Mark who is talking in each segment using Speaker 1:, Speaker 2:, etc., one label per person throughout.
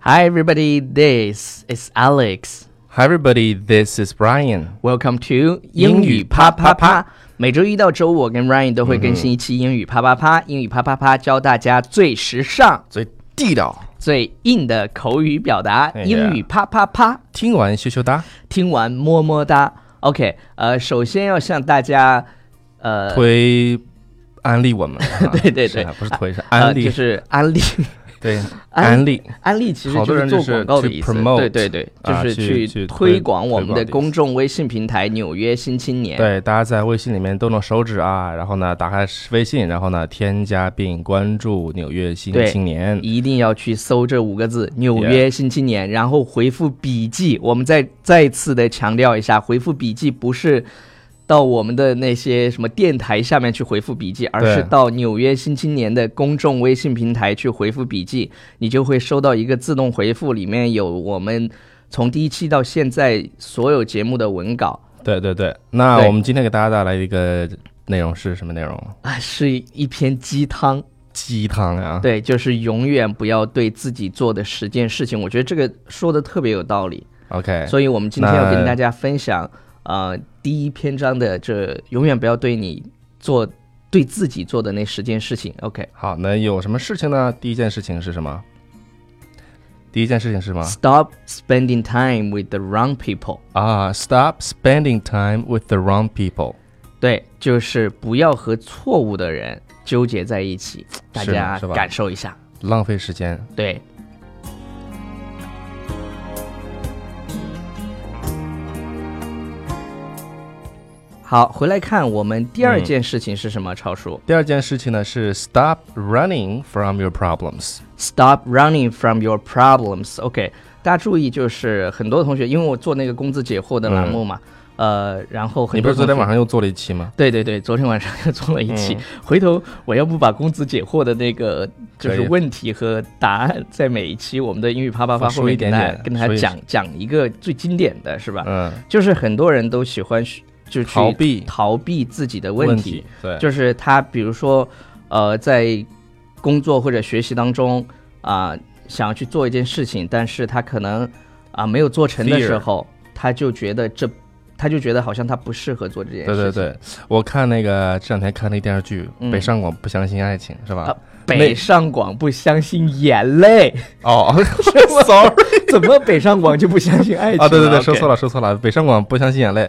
Speaker 1: Hi, everybody. This is Alex.
Speaker 2: Hi, everybody. This is Brian.
Speaker 1: Welcome to
Speaker 2: 英语啪啪啪。嗯
Speaker 1: 每周一到周五，我跟 Ryan 都会更新一期英语啪啪啪。英语啪啪啪教大家最时尚、
Speaker 2: 最地道，
Speaker 1: 最硬的口语表达。
Speaker 2: 哎呀
Speaker 1: 英语啪啪啪，
Speaker 2: 听完羞羞哒，
Speaker 1: 听完么么哒。OK，呃，首先要向大家，呃，
Speaker 2: 推安利 我们。
Speaker 1: 对对
Speaker 2: 是啊不是推是
Speaker 1: 呃
Speaker 2: 安利，
Speaker 1: 就是安利。
Speaker 2: 对
Speaker 1: 安
Speaker 2: 安利。
Speaker 1: 安利其实
Speaker 2: 好
Speaker 1: 就
Speaker 2: 多
Speaker 1: 是
Speaker 2: 人
Speaker 1: 做
Speaker 2: 就是
Speaker 1: 广告的
Speaker 2: 去
Speaker 1: 意思，
Speaker 2: promote，
Speaker 1: 对对对，就
Speaker 2: 啊
Speaker 1: 是
Speaker 2: 去
Speaker 1: 去推
Speaker 2: 去推
Speaker 1: 广我们
Speaker 2: 推广
Speaker 1: 的
Speaker 2: 的意
Speaker 1: 公
Speaker 2: 思
Speaker 1: 众微信平台《纽约新青年》。
Speaker 2: 对，大家在微信里面动动手指啊，然后呢，打开微信，然后呢，添加并关注《纽约新
Speaker 1: 对
Speaker 2: 青年》。
Speaker 1: 一定要去搜这五个字“纽约新青年”，然后回复“笔记”。我们再再次的强调一下，回复“笔记”不是到我们的那些什么电台下面去回复“笔记”，而
Speaker 2: 对
Speaker 1: 是到“纽约新青年”的公众微信平台去回复“笔记”，你就会收到一个自动回复，里面有我们从第一期到现在所有节目的文稿
Speaker 2: 对对对，那
Speaker 1: 对
Speaker 2: 我们今天给大家带来一个内容是什么内容？
Speaker 1: 啊，是一篇鸡汤。
Speaker 2: 鸡汤啊。
Speaker 1: 对，就是永远不要对自己做的十件事情，我觉得这个说的特别有道理。
Speaker 2: ，OK，
Speaker 1: 所以我们今天
Speaker 2: 那
Speaker 1: 要跟大家分享，呃，第一篇章的这永远不要对你做对自己做的那十件事情。OK，Stop、
Speaker 2: 好，那有什么事情呢？第一件事情是什么？第一件事情是什么？
Speaker 1: spending time with the wrong people。
Speaker 2: 啊，Stop spending time with the wrong people。
Speaker 1: 对，就是不要和错误的人纠结在一起。大
Speaker 2: 是的
Speaker 1: 家
Speaker 2: 是吧
Speaker 1: 感受一下。
Speaker 2: 浪费时间。
Speaker 1: 对，好，回来看我们第
Speaker 2: 嗯
Speaker 1: 二件事情是什么？超叔
Speaker 2: 第二件事情呢是 stop running from your problems。
Speaker 1: ，Stop running from your problems。OK，大家注意，就是很多同学，因为我做那个工资解惑的栏目嘛，呃，然后很
Speaker 2: 嗯你不
Speaker 1: 多
Speaker 2: 是昨天
Speaker 1: 同学
Speaker 2: 晚上又嗯做了一期吗？
Speaker 1: 对对对，昨天晚上又做了一期。回头我要不把公子解惑的那个就
Speaker 2: 可
Speaker 1: 是
Speaker 2: 以
Speaker 1: 问题和答案，在每一期我们的英语啪啪啪
Speaker 2: 我
Speaker 1: 后
Speaker 2: 说
Speaker 1: 面
Speaker 2: 一
Speaker 1: 给
Speaker 2: 点
Speaker 1: 大家
Speaker 2: 点
Speaker 1: 跟大家
Speaker 2: 说一
Speaker 1: 讲讲一个最经典的是吧？
Speaker 2: 嗯，
Speaker 1: 就是很多人都喜欢去就去
Speaker 2: 逃避
Speaker 1: 逃避自己的
Speaker 2: 问
Speaker 1: 问题，
Speaker 2: 对，
Speaker 1: 就是他比如说呃在工作或者学习当中啊、想要去做一件事情，但是他可能啊、没有做成的
Speaker 2: Fear
Speaker 1: 时候，他就觉得这他就觉得好像他不适合做这件事
Speaker 2: 对
Speaker 1: 情。
Speaker 2: 对对，我看那个这两天看那电视剧
Speaker 1: 嗯
Speaker 2: 《北上广不相信爱情》是吧
Speaker 1: 啊？北上广不相信眼泪，
Speaker 2: 哦，sorry
Speaker 1: 怎么北上广就不相信爱情
Speaker 2: 啊，对对对，说错
Speaker 1: 了。
Speaker 2: 了说错了，《北上广不相信眼泪》，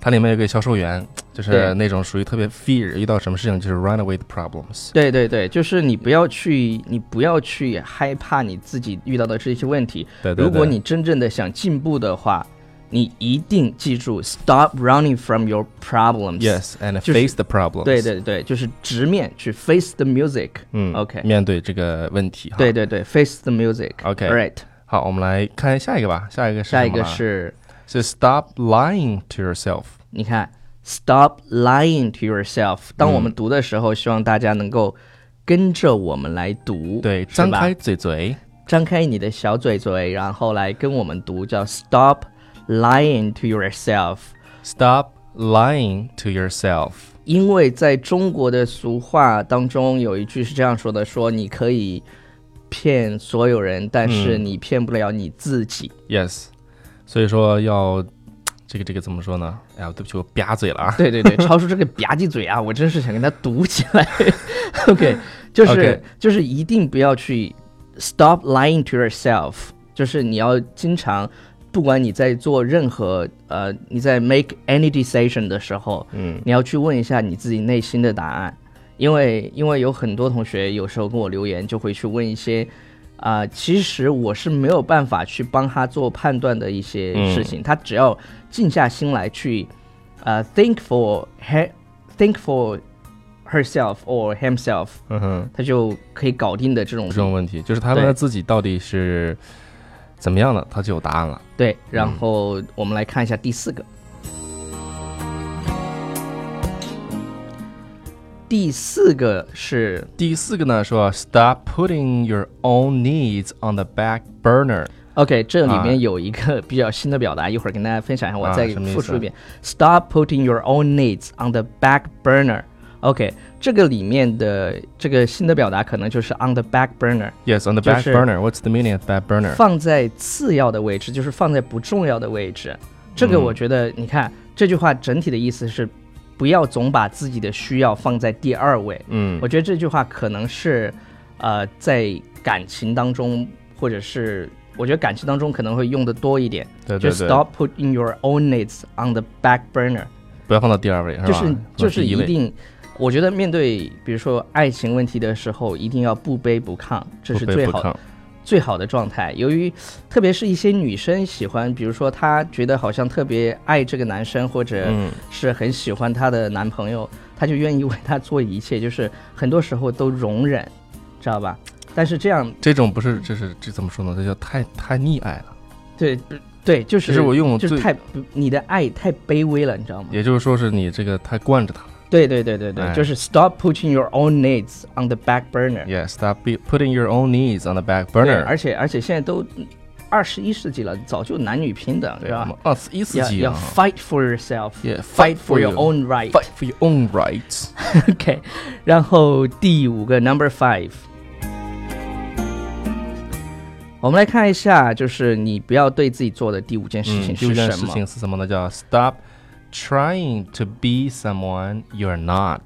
Speaker 2: 它里面有个销售员，
Speaker 1: 对
Speaker 2: 就是那种属于特别 fear，遇到什么事情就是 run away the problems。
Speaker 1: 对对对，就是你不要去，你不要去害怕你自己遇到的这些问题。
Speaker 2: 对对对，
Speaker 1: 如果你真正的想进步的话，你一定记住，stop running from your problems。
Speaker 2: yes and
Speaker 1: 就是
Speaker 2: face the problems，
Speaker 1: 对，对对，就是直面去 face the music。
Speaker 2: 嗯
Speaker 1: OK
Speaker 2: 面对这个问题哈。
Speaker 1: 对，对对，face the music。
Speaker 2: OK
Speaker 1: right。
Speaker 2: 好，我们来看下一个吧，下一个是
Speaker 1: 下一
Speaker 2: 什么啊
Speaker 1: 个
Speaker 2: 呢
Speaker 1: 是，
Speaker 2: 是 stop lying to yourself。
Speaker 1: 你看，stop lying to yourself。当
Speaker 2: 嗯
Speaker 1: 我们读的时候，希望大家能够跟着我们来读，
Speaker 2: 对，
Speaker 1: 是
Speaker 2: 张
Speaker 1: 吧
Speaker 2: 开嘴嘴。
Speaker 1: 张开你的小嘴嘴，然后来跟我们读，叫 stop lying to yourself。
Speaker 2: Stop lying to yourself。
Speaker 1: 因为在中国的俗话当中有一句是这样说的：说你可以骗所有人，但是你骗不了你自己。
Speaker 2: Yes，所以说要这个这个怎么说呢？哎呀，对不起，我吧嘴了啊。
Speaker 1: 对对对，超叔这个吧唧嘴啊，我真是想跟他堵起来。OK，就是 就是一定不要去 stop lying to yourself，就是你要经常，不管你在做任何呃你在 make any decision 的时候，
Speaker 2: 嗯，
Speaker 1: 你要去问一下你自己内心的答案，因为因为有很多同学有时候跟我留言就会去问一些。啊、其实我是没有办法去帮他做判断的一些
Speaker 2: 嗯
Speaker 1: 事情，他只要静下心来去，呃、t h i n k for he think for herself or himself，
Speaker 2: 嗯哼，
Speaker 1: 他就可以搞定的这种
Speaker 2: 这种问题就是他问
Speaker 1: 对
Speaker 2: 他自己到底是怎么样的，他就有答案了。
Speaker 1: 对。然后我们来看一下第四个，第四个是
Speaker 2: 第四个呢，说 Stop putting your own needs on the back burner。
Speaker 1: OK，这里
Speaker 2: 啊
Speaker 1: 面有一个比较新的表达，一会儿跟大家分享一下，我
Speaker 2: 啊
Speaker 1: 再
Speaker 2: 什么意
Speaker 1: 复
Speaker 2: 思
Speaker 1: 述一
Speaker 2: 啊
Speaker 1: 遍。Stop putting your own needs on the back burner。 OK，这个里面的这个新的表达可能就是 on the back burner，
Speaker 2: Yes, on the
Speaker 1: 就
Speaker 2: back
Speaker 1: 是
Speaker 2: burner. What's the meaning of back burner?
Speaker 1: 放在次要的位置，就是放在不重要的位置。这个
Speaker 2: 嗯
Speaker 1: 我觉得，你看这句话整体的意思是，不要总把自己的需要放在第二位。
Speaker 2: 嗯
Speaker 1: 我觉得这句话可能是，呃，在感情当中，或者是我觉得感情当中可能会用的多一点，
Speaker 2: 对
Speaker 1: 就
Speaker 2: 对对，
Speaker 1: stop putting your own needs on the back burner。
Speaker 2: 不要放到第二位，是吧？
Speaker 1: 就是就
Speaker 2: 放
Speaker 1: 是
Speaker 2: 第一
Speaker 1: 一
Speaker 2: 位。
Speaker 1: 定，我觉得面对比如说爱情问题的时候，一定要不卑不亢，这是
Speaker 2: 不卑
Speaker 1: 最
Speaker 2: 不
Speaker 1: 好
Speaker 2: 亢
Speaker 1: 最好的状态。由于特别是一些女生喜欢，比如说她觉得好像特别爱这个男生，或者
Speaker 2: 嗯
Speaker 1: 是很喜欢她的男朋友，她就愿意为他做一切，就是很多时候都容忍，知道吧？但是这样
Speaker 2: 这种不是，这是这怎么说呢？这叫太太溺爱了。
Speaker 1: 对不对，就
Speaker 2: 其
Speaker 1: 是
Speaker 2: 实我用
Speaker 1: 就是
Speaker 2: 最，
Speaker 1: 太不你的爱太卑微了，你知道吗？
Speaker 2: 也就是说是你这个太惯着他。
Speaker 1: 对对对对对，
Speaker 2: 哎
Speaker 1: 就是 stop putting your own needs on the back burner。
Speaker 2: Yeah, stop be- putting your own needs on the back
Speaker 1: 对
Speaker 2: burner.
Speaker 1: 而且而且现在都二十一世纪了，早就男女平等，
Speaker 2: 对
Speaker 1: 是吧
Speaker 2: 我们？二十一世
Speaker 1: 要
Speaker 2: 纪
Speaker 1: 要
Speaker 2: 啊
Speaker 1: fight for yourself，
Speaker 2: Yeah,
Speaker 1: fight
Speaker 2: fight
Speaker 1: for
Speaker 2: for
Speaker 1: your
Speaker 2: your-
Speaker 1: own right。
Speaker 2: ，fight for your own rights.
Speaker 1: OK，然后第五个 number five，我们来看一下，就是你不要对自己做的第五件 事情
Speaker 2: 嗯，第五
Speaker 1: 是
Speaker 2: 件
Speaker 1: 什
Speaker 2: 事
Speaker 1: 么？
Speaker 2: 情是什么呢？叫 stop trying to be someone you're not.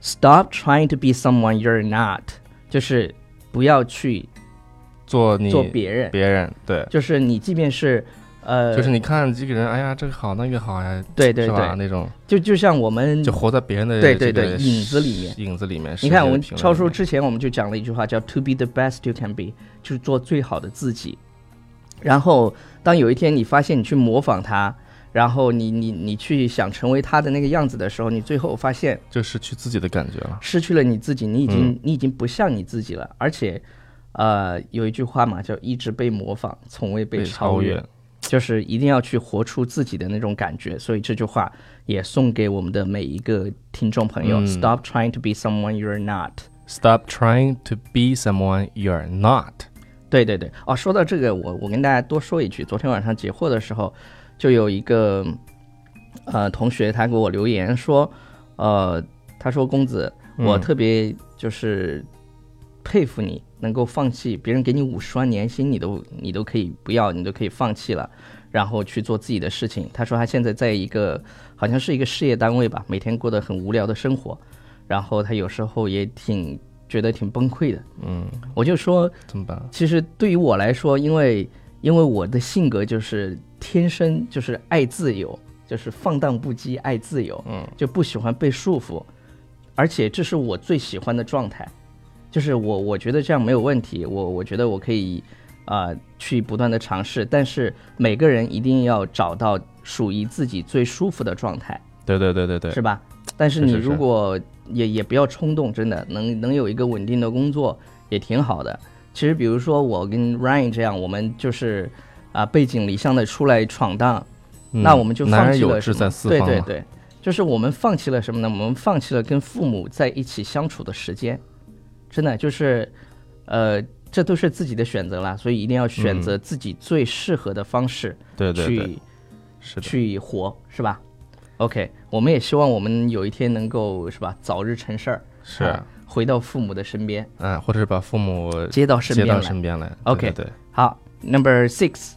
Speaker 1: Stop trying to be someone you're not，就是不要去
Speaker 2: 做你
Speaker 1: 做别人，
Speaker 2: 别人对，
Speaker 1: 就是你即便是呃，
Speaker 2: 就是你看这个人，哎呀，这个好那个好呀，
Speaker 1: 对对
Speaker 2: 是
Speaker 1: 对，
Speaker 2: 吧？那种
Speaker 1: 就就像我们
Speaker 2: 就活在别人
Speaker 1: 嗯
Speaker 2: 的
Speaker 1: 对对
Speaker 2: 这个
Speaker 1: 对影子里面
Speaker 2: 影子里面。
Speaker 1: 你看，我们
Speaker 2: 世界的评论
Speaker 1: 超叔
Speaker 2: 里面
Speaker 1: 之前我们就讲了一句话，叫 “to be the best you can be”，就是做最好的自己。然后，当有一天你发现你去模仿他，然后你你你去想成为他的那个样子的时候，你最后发现
Speaker 2: 就失去自己的感觉了。
Speaker 1: 失去了你自己，你已经、
Speaker 2: 嗯
Speaker 1: 你已经不像你自己了。而且，呃，有一句话嘛，叫“一直被模仿，从未被
Speaker 2: 被
Speaker 1: 超
Speaker 2: 超
Speaker 1: 越”，
Speaker 2: 越
Speaker 1: 就是一定要去活出自己的那种感觉。所以这句话也送给我们的每一个听众朋友、
Speaker 2: 嗯
Speaker 1: s t o p trying to be someone you're not。
Speaker 2: Stop trying to be someone you're not.
Speaker 1: 对对对，哦，说到这个，我我跟大家多说一句，昨天晚上解惑的时候，就有一个呃同学他给我留言说，呃，他说公子，
Speaker 2: 嗯
Speaker 1: 我特别就是佩服你能够放弃别人给你五十万年薪，你都你都可以不要，你都可以放弃了，然后去做自己的事情。他说他现在在一个好像是一个事业单位吧，每天过得很无聊的生活，然后他有时候也挺觉得挺崩溃的。
Speaker 2: 嗯，
Speaker 1: 我就说。
Speaker 2: 怎么办？
Speaker 1: 其实对于我来说，因为因为我的性格就是天生就是爱自由，就是放荡不羁，爱自由，
Speaker 2: 嗯，
Speaker 1: 就不喜欢被束缚，而且这是我最喜欢的状态，就是我我觉得这样没有问题，我我觉得我可以啊、呃去不断的尝试，但是每个人一定要找到属于自己最舒服的状态。
Speaker 2: 对对对对对
Speaker 1: 是，吧？但是
Speaker 2: 是
Speaker 1: 你
Speaker 2: 是
Speaker 1: 如
Speaker 2: 是
Speaker 1: 果也也不要冲动，真的能能有一个稳定的工作也挺好的。其实比如说我跟 Ryan 这样，我们就是啊、背井离乡的出来闯荡，
Speaker 2: 嗯
Speaker 1: 那我们就
Speaker 2: 男
Speaker 1: 放
Speaker 2: 人
Speaker 1: 弃
Speaker 2: 有
Speaker 1: 了
Speaker 2: 志
Speaker 1: 什
Speaker 2: 在
Speaker 1: 么？
Speaker 2: 四
Speaker 1: 对
Speaker 2: 方
Speaker 1: 对
Speaker 2: 嘛
Speaker 1: 对，就是我们放弃了什么呢？我们放弃了跟父母在一起相处的时间，真的就是，呃，这都是自己的选择啦，所以一定要选择自己最适合的方式
Speaker 2: 嗯对
Speaker 1: 去。
Speaker 2: 对对，是的。
Speaker 1: 去活，是吧？OK，我们也希望我们有一天能够是吧，早日成事儿，
Speaker 2: 是
Speaker 1: 啊回到父母的身边，
Speaker 2: 嗯，或者是把父母
Speaker 1: 接到身
Speaker 2: 接
Speaker 1: 边
Speaker 2: 到
Speaker 1: 来。
Speaker 2: 身边来。
Speaker 1: OK
Speaker 2: 对对对
Speaker 1: 好，Number six，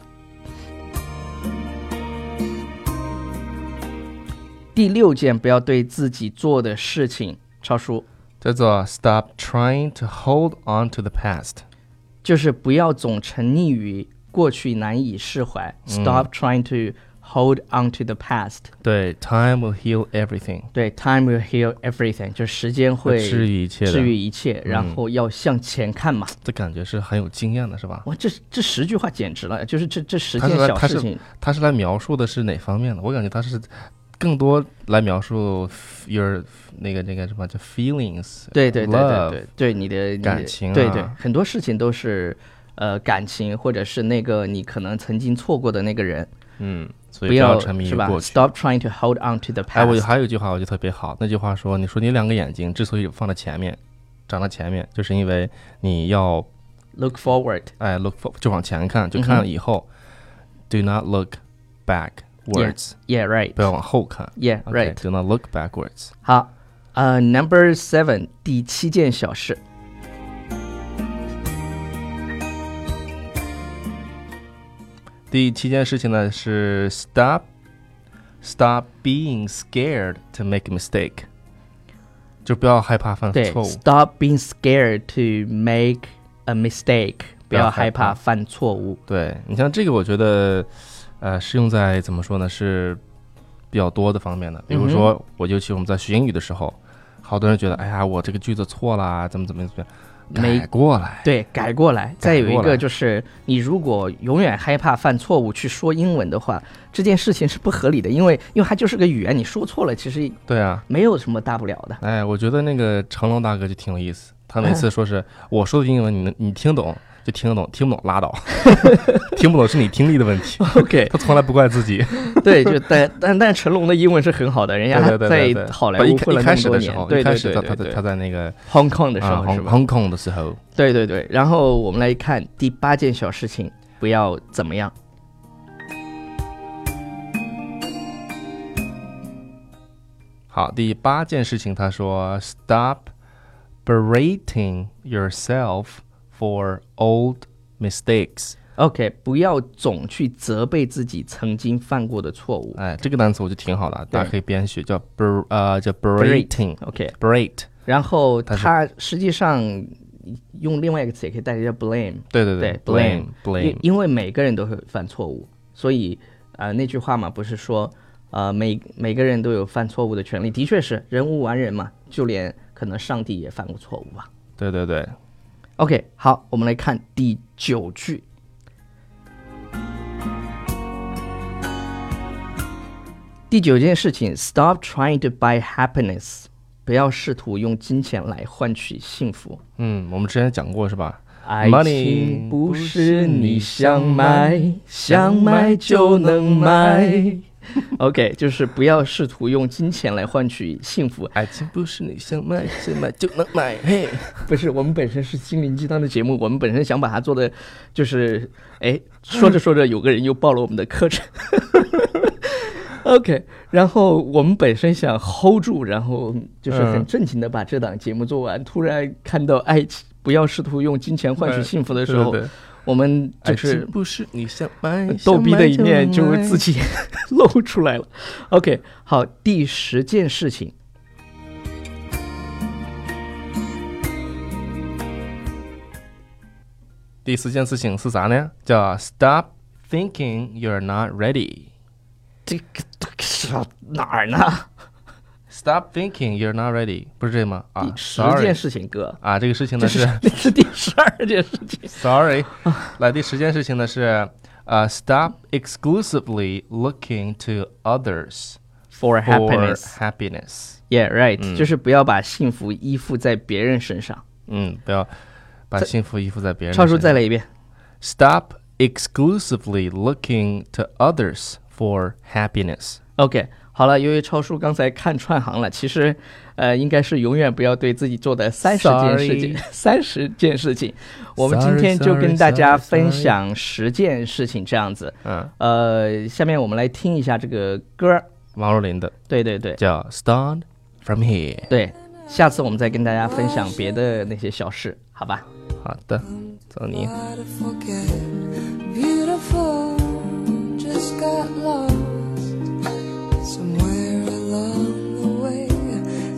Speaker 1: 第六件不要对自己做的事情，超叔
Speaker 2: 叫做 stop trying to hold on to the past。
Speaker 1: 就是不要总沉溺于过去难以释怀、s
Speaker 2: 嗯
Speaker 1: t o p trying to hold on to the past
Speaker 2: 对，time will heal everything，
Speaker 1: 对。time will heal everything，就是时间会
Speaker 2: 治愈一切的。嗯
Speaker 1: 治愈一切，然后要向前看嘛。
Speaker 2: 这感觉是很有经验的，是吧？
Speaker 1: 哇，这这十句话简直了，就是这这十
Speaker 2: 他
Speaker 1: 件
Speaker 2: 是来
Speaker 1: 小
Speaker 2: 他
Speaker 1: 事
Speaker 2: 是
Speaker 1: 情。
Speaker 2: 他是来描述的是哪方面的？我感觉他是更多来描述 your 那个那个什么叫 feelings，
Speaker 1: 对对对对
Speaker 2: love
Speaker 1: 对，对你的你的
Speaker 2: 感情啊
Speaker 1: 对对，很多事情都是呃感情，或者是那个你可能曾经错过的那个人，
Speaker 2: 嗯，所以
Speaker 1: 不
Speaker 2: 不要
Speaker 1: 要
Speaker 2: 沉迷于
Speaker 1: 是吧
Speaker 2: 过去。
Speaker 1: ？Stop trying to hold on to the
Speaker 2: 哎，我
Speaker 1: past。
Speaker 2: 还有一句话，我觉得特别好。那句话说：“你说你两个眼睛之所以放在前面，长在前面，就是因为你要
Speaker 1: Look forward。
Speaker 2: 哎 look for 就往前看，
Speaker 1: 嗯
Speaker 2: 就看
Speaker 1: 哼
Speaker 2: 以后。Do not look backwards，
Speaker 1: Yeah, right.
Speaker 2: 不要往后看。
Speaker 1: Yeah,
Speaker 2: OK，
Speaker 1: right.
Speaker 2: Do not look backwards。
Speaker 1: 好呃，Number Seven 第七件小事，
Speaker 2: 第七件事情呢是 stop stop being scared to make a mistake，就不要害怕犯
Speaker 1: 对
Speaker 2: 啊错误。
Speaker 1: ，Stop being scared to make a mistake，不
Speaker 2: 要
Speaker 1: 要
Speaker 2: 害
Speaker 1: 害
Speaker 2: 怕
Speaker 1: 怕犯错误。
Speaker 2: 对你像这个，我觉得，呃，是用在怎么说呢，是比较多的方面的。比如
Speaker 1: 嗯
Speaker 2: 说，我尤其我们在学英语的时候，好多人觉得，哎呀，我这个句子错啦，怎么怎么怎么样，
Speaker 1: 没
Speaker 2: 改过来。
Speaker 1: 对，改过来。再有一
Speaker 2: 过来
Speaker 1: 个就是，你如果永远害怕犯错误去说英文的话，这件事情是不合理的，因为因为它就是个语言，你说错了其实
Speaker 2: 对啊，
Speaker 1: 没有什么大不了 的。
Speaker 2: 哎，我觉得那个成龙大哥就挺有意思，他每次说是、我说的英文，你能你听懂就听得懂，听不懂拉倒， 听不懂是你听力的问题。
Speaker 1: OK，
Speaker 2: 他从来不怪自己，
Speaker 1: 对，就但但但成龙的英文是很好的，人家
Speaker 2: 对对对对
Speaker 1: 在
Speaker 2: 对。
Speaker 1: 好莱
Speaker 2: 不一
Speaker 1: 坞
Speaker 2: 开
Speaker 1: 混
Speaker 2: 一
Speaker 1: 了那
Speaker 2: 开
Speaker 1: 么
Speaker 2: 始
Speaker 1: 多
Speaker 2: 的时
Speaker 1: 年，
Speaker 2: 候，
Speaker 1: 对
Speaker 2: 一开
Speaker 1: 对
Speaker 2: 始
Speaker 1: 对
Speaker 2: 他
Speaker 1: 对
Speaker 2: 他他
Speaker 1: 对
Speaker 2: 他在那个
Speaker 1: Hong Kong 的时
Speaker 2: 啊
Speaker 1: 候是
Speaker 2: ，Hong
Speaker 1: 吧？
Speaker 2: Hong Kong 的时候，
Speaker 1: 对对对，然后我们来看第八件小事情，不要怎么样。
Speaker 2: 好，第八件事情，他说：“Stop berating yourself for old mistakes。
Speaker 1: OK，不要总去责备自己曾经犯过的错”误。
Speaker 2: 哎，这个单词我就挺好的，
Speaker 1: 对
Speaker 2: 大家可以编学，叫 ber 呃叫 berating
Speaker 1: OK，
Speaker 2: berate。
Speaker 1: 然后
Speaker 2: 它是
Speaker 1: 它实际上用另外一个词也可以代替叫 blame，
Speaker 2: 对对对
Speaker 1: 对，blame
Speaker 2: blame
Speaker 1: 因。因为每个人都会犯错误，所以呃那句话嘛，不是说呃每每个人都有犯错误的权利，的确是人无完人嘛，就连可能上帝也犯过错误吧。
Speaker 2: 对对对，
Speaker 1: OK，好，我们来看第九句，第九件事情，Stop trying to buy happiness，不要试图用金钱来换取幸福。
Speaker 2: 嗯，我们之前讲过是吧？
Speaker 1: 爱
Speaker 2: Money
Speaker 1: 情不是你想买，想买就能买。OK，就是不要试图用金钱来换取幸福。
Speaker 2: 爱情不是你想买想买就能买，嘿，
Speaker 1: 不是，我们本身是心灵鸡汤的节目，我们本身想把它做的就是，哎，说着说着，有个人又报了我们的课程。OK，然后我们本身想 hold 住，然后就是很
Speaker 2: 嗯
Speaker 1: 正经的把这档节目做完。突然看到爱情不要试图用金钱换取幸福的时候，
Speaker 2: 对对对
Speaker 1: 我们就
Speaker 2: 爱
Speaker 1: 是哎
Speaker 2: 情不是你想买
Speaker 1: 逗逼的一面就
Speaker 2: 会
Speaker 1: 自己 露出来了。OK，好，第十件事情。
Speaker 2: 第四件事情是啥呢？叫 Stop thinking you're not ready。
Speaker 1: 这个这个是哪儿呢？
Speaker 2: Stop thinking you're not ready，不是这吗？啊
Speaker 1: 第十
Speaker 2: ，sorry
Speaker 1: 件事情，哥，
Speaker 2: 啊，这个事情
Speaker 1: 这
Speaker 2: 呢是
Speaker 1: 是这是第十二件事情。
Speaker 2: sorry，来第十件事情呢是呃，stop exclusively looking to others
Speaker 1: For
Speaker 2: for
Speaker 1: happiness, 嗯
Speaker 2: happiness。
Speaker 1: yeah, right，、就是不要把幸福依附在别人身上。
Speaker 2: 嗯，不要把幸福依附在别人
Speaker 1: 超
Speaker 2: 身上。
Speaker 1: 叔再来一遍
Speaker 2: stop exclusively looking to others for happiness。
Speaker 1: ，OK。好了，由于超叔刚才看串行了，其实，呃，应该是永远不要对自己做的三十件事情， 三十件事情，我们今天就
Speaker 2: Sorry,
Speaker 1: 跟大家
Speaker 2: sorry, sorry.
Speaker 1: 分享十件事情这样子。
Speaker 2: 嗯，
Speaker 1: 呃，下面我们来听一下这个歌儿。
Speaker 2: 王若琳的
Speaker 1: 对对对
Speaker 2: 叫 Start from here。
Speaker 1: 对，下次我们再跟大家分享别的那些小事，好吧？
Speaker 2: 好的，走你。
Speaker 3: Try to forget. Beautiful, just got lost somewhere along the way.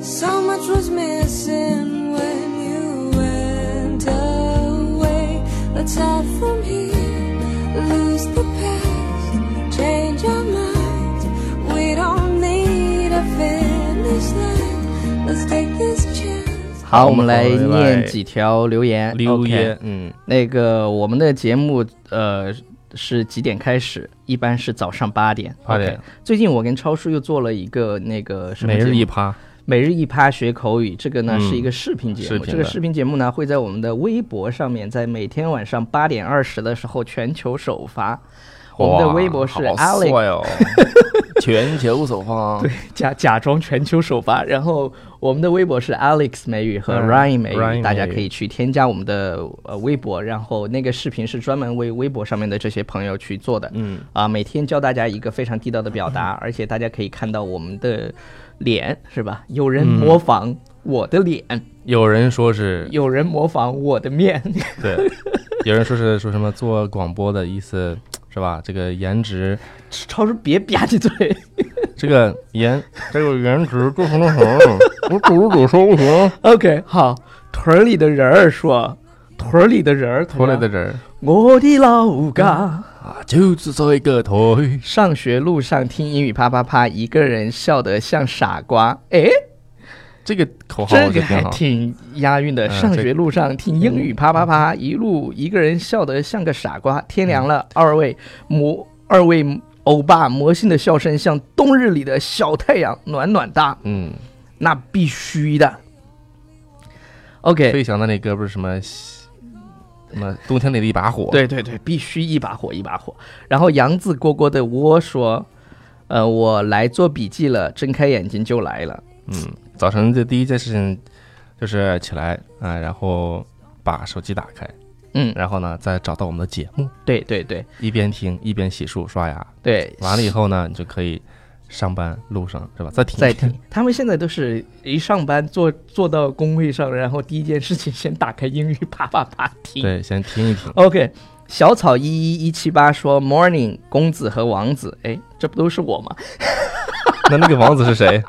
Speaker 3: So much was missing when you went away. Let's have from here, lose the past, change our minds. We don't need a finish line. Let's take this chance.
Speaker 1: 好，我们来
Speaker 2: 我们
Speaker 1: 念
Speaker 2: 来
Speaker 1: 几条留言。
Speaker 2: 留言
Speaker 1: OK，
Speaker 2: 嗯，
Speaker 1: 那个我们的节目呃是几点开始？一般是早上八点。
Speaker 2: 八点
Speaker 1: OK，最近我跟超叔又做了一个那个什么
Speaker 2: 每
Speaker 1: 节
Speaker 2: 日
Speaker 1: 目
Speaker 2: 一趴，
Speaker 1: 每日一趴学口语，这个呢、
Speaker 2: 嗯
Speaker 1: 是一个视频节目。
Speaker 2: 视频
Speaker 1: 这个
Speaker 2: 的
Speaker 1: 视频节目呢会在我们的微博上面，在每天晚上八点二十的时候全球首发。我们的微博是
Speaker 2: 哇好
Speaker 1: Alex
Speaker 2: 帅 哦，全球首发，
Speaker 1: 对，假假装全球首发。然后我们的微博是 Alex 美语和
Speaker 2: 嗯
Speaker 1: Ryan 美
Speaker 2: Ryan
Speaker 1: 语，大家
Speaker 2: 美语
Speaker 1: 可以去添加我们的呃微博。然后那个视频是专门为微博上面的这些朋友去做的。
Speaker 2: 嗯，
Speaker 1: 啊，每天教大家一个非常地道的表 达，而且大家可以看到我们的脸，是吧？有人
Speaker 2: 嗯
Speaker 1: 模仿我的脸，
Speaker 2: 有人说是，
Speaker 1: 有人模仿我的面，
Speaker 2: 对，有人说是说什么做广播的意思是吧？这个颜值，
Speaker 1: 超叔别吧唧嘴。
Speaker 2: 这个颜，这个颜值做成了什么？我主主说 不行，
Speaker 1: OK，好，屯儿里的人儿说，屯儿里的人儿，
Speaker 2: 拖累的，人
Speaker 1: 我的老家。
Speaker 2: 啊，就是这一个腿，
Speaker 1: 上学路上听英语啪啪啪，一个人笑得像傻瓜。哎，
Speaker 2: 哦这个口号
Speaker 1: 这
Speaker 2: 我觉
Speaker 1: 个
Speaker 2: 得挺
Speaker 1: 还
Speaker 2: 好。
Speaker 1: 挺押韵的。
Speaker 2: 嗯
Speaker 1: 上学路上听英语啪啪啪，一路一个人笑得像个傻
Speaker 2: 嗯
Speaker 1: 瓜。天凉了，二位魔二位欧巴魔性的笑声像冬日里的小太阳，暖暖哒。
Speaker 2: 嗯，
Speaker 1: 那必须的。OK，
Speaker 2: 费翔的那歌不是什么西什么冬天里的一把火，，
Speaker 1: 对对对，必须一把火一把火。然后杨子蝈蝈的窝说：“呃，我来做笔记了，睁开眼睛就来了。
Speaker 2: 嗯，早晨的第一件事情就是起来啊、然后把手机打开，”
Speaker 1: 嗯，
Speaker 2: 然后呢再找到我们的节目，
Speaker 1: 对对对
Speaker 2: 一边听一边洗漱刷牙，
Speaker 1: 对，
Speaker 2: 完了以后呢，你就可以上班路上是吧？再听一
Speaker 1: 再
Speaker 2: 听
Speaker 1: 听。他们现在都是一上班坐坐到工位上，然后第一件事情先打开英语啪啪啪听。
Speaker 2: 对，先听一听。
Speaker 1: OK，小草一一一七八说：“Morning，公子和王子。”哎，这不都是我吗？
Speaker 2: 那那个王子是谁？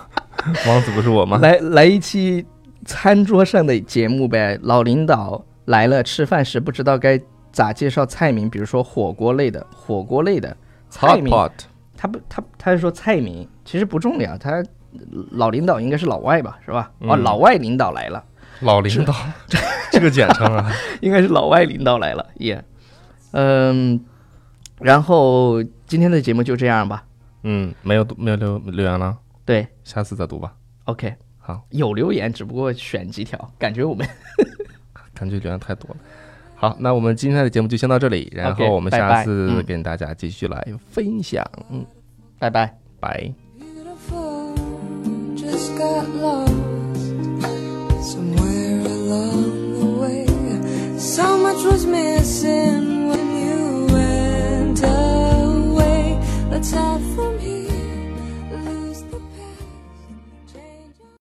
Speaker 2: 王子不是我吗？
Speaker 1: 来来一期餐桌上的节目呗。老领导来了，吃饭时不知道该咋介绍菜名，比如说火锅类的，火锅类的菜
Speaker 2: Hot
Speaker 1: 名，
Speaker 2: pot，
Speaker 1: 他不他他是说菜名，其实不重要，他老领导应该是老外吧，是吧？哦，
Speaker 2: 嗯
Speaker 1: 老外领导来了。
Speaker 2: 老领导，这个简称啊。
Speaker 1: 应该是老外领导来了，也、嗯，然后今天的节目就这样吧。
Speaker 2: 嗯，没有读没有留留言了，
Speaker 1: 对
Speaker 2: 下次再读吧。
Speaker 1: ，OK，
Speaker 2: 好，
Speaker 1: 有留言，只不过选几条，感觉我们
Speaker 2: 感觉留言太多了。好，那我们今天的节目就先到这里，然
Speaker 1: OK，
Speaker 2: 后我们
Speaker 1: 拜
Speaker 2: 下
Speaker 1: 拜
Speaker 2: 次
Speaker 1: 嗯
Speaker 2: 跟大家继续来分享。嗯，
Speaker 1: 拜拜。
Speaker 2: 拜。
Speaker 3: Beautiful, just got lost somewhere along the way. So much was missing when you went away. Let's have fun.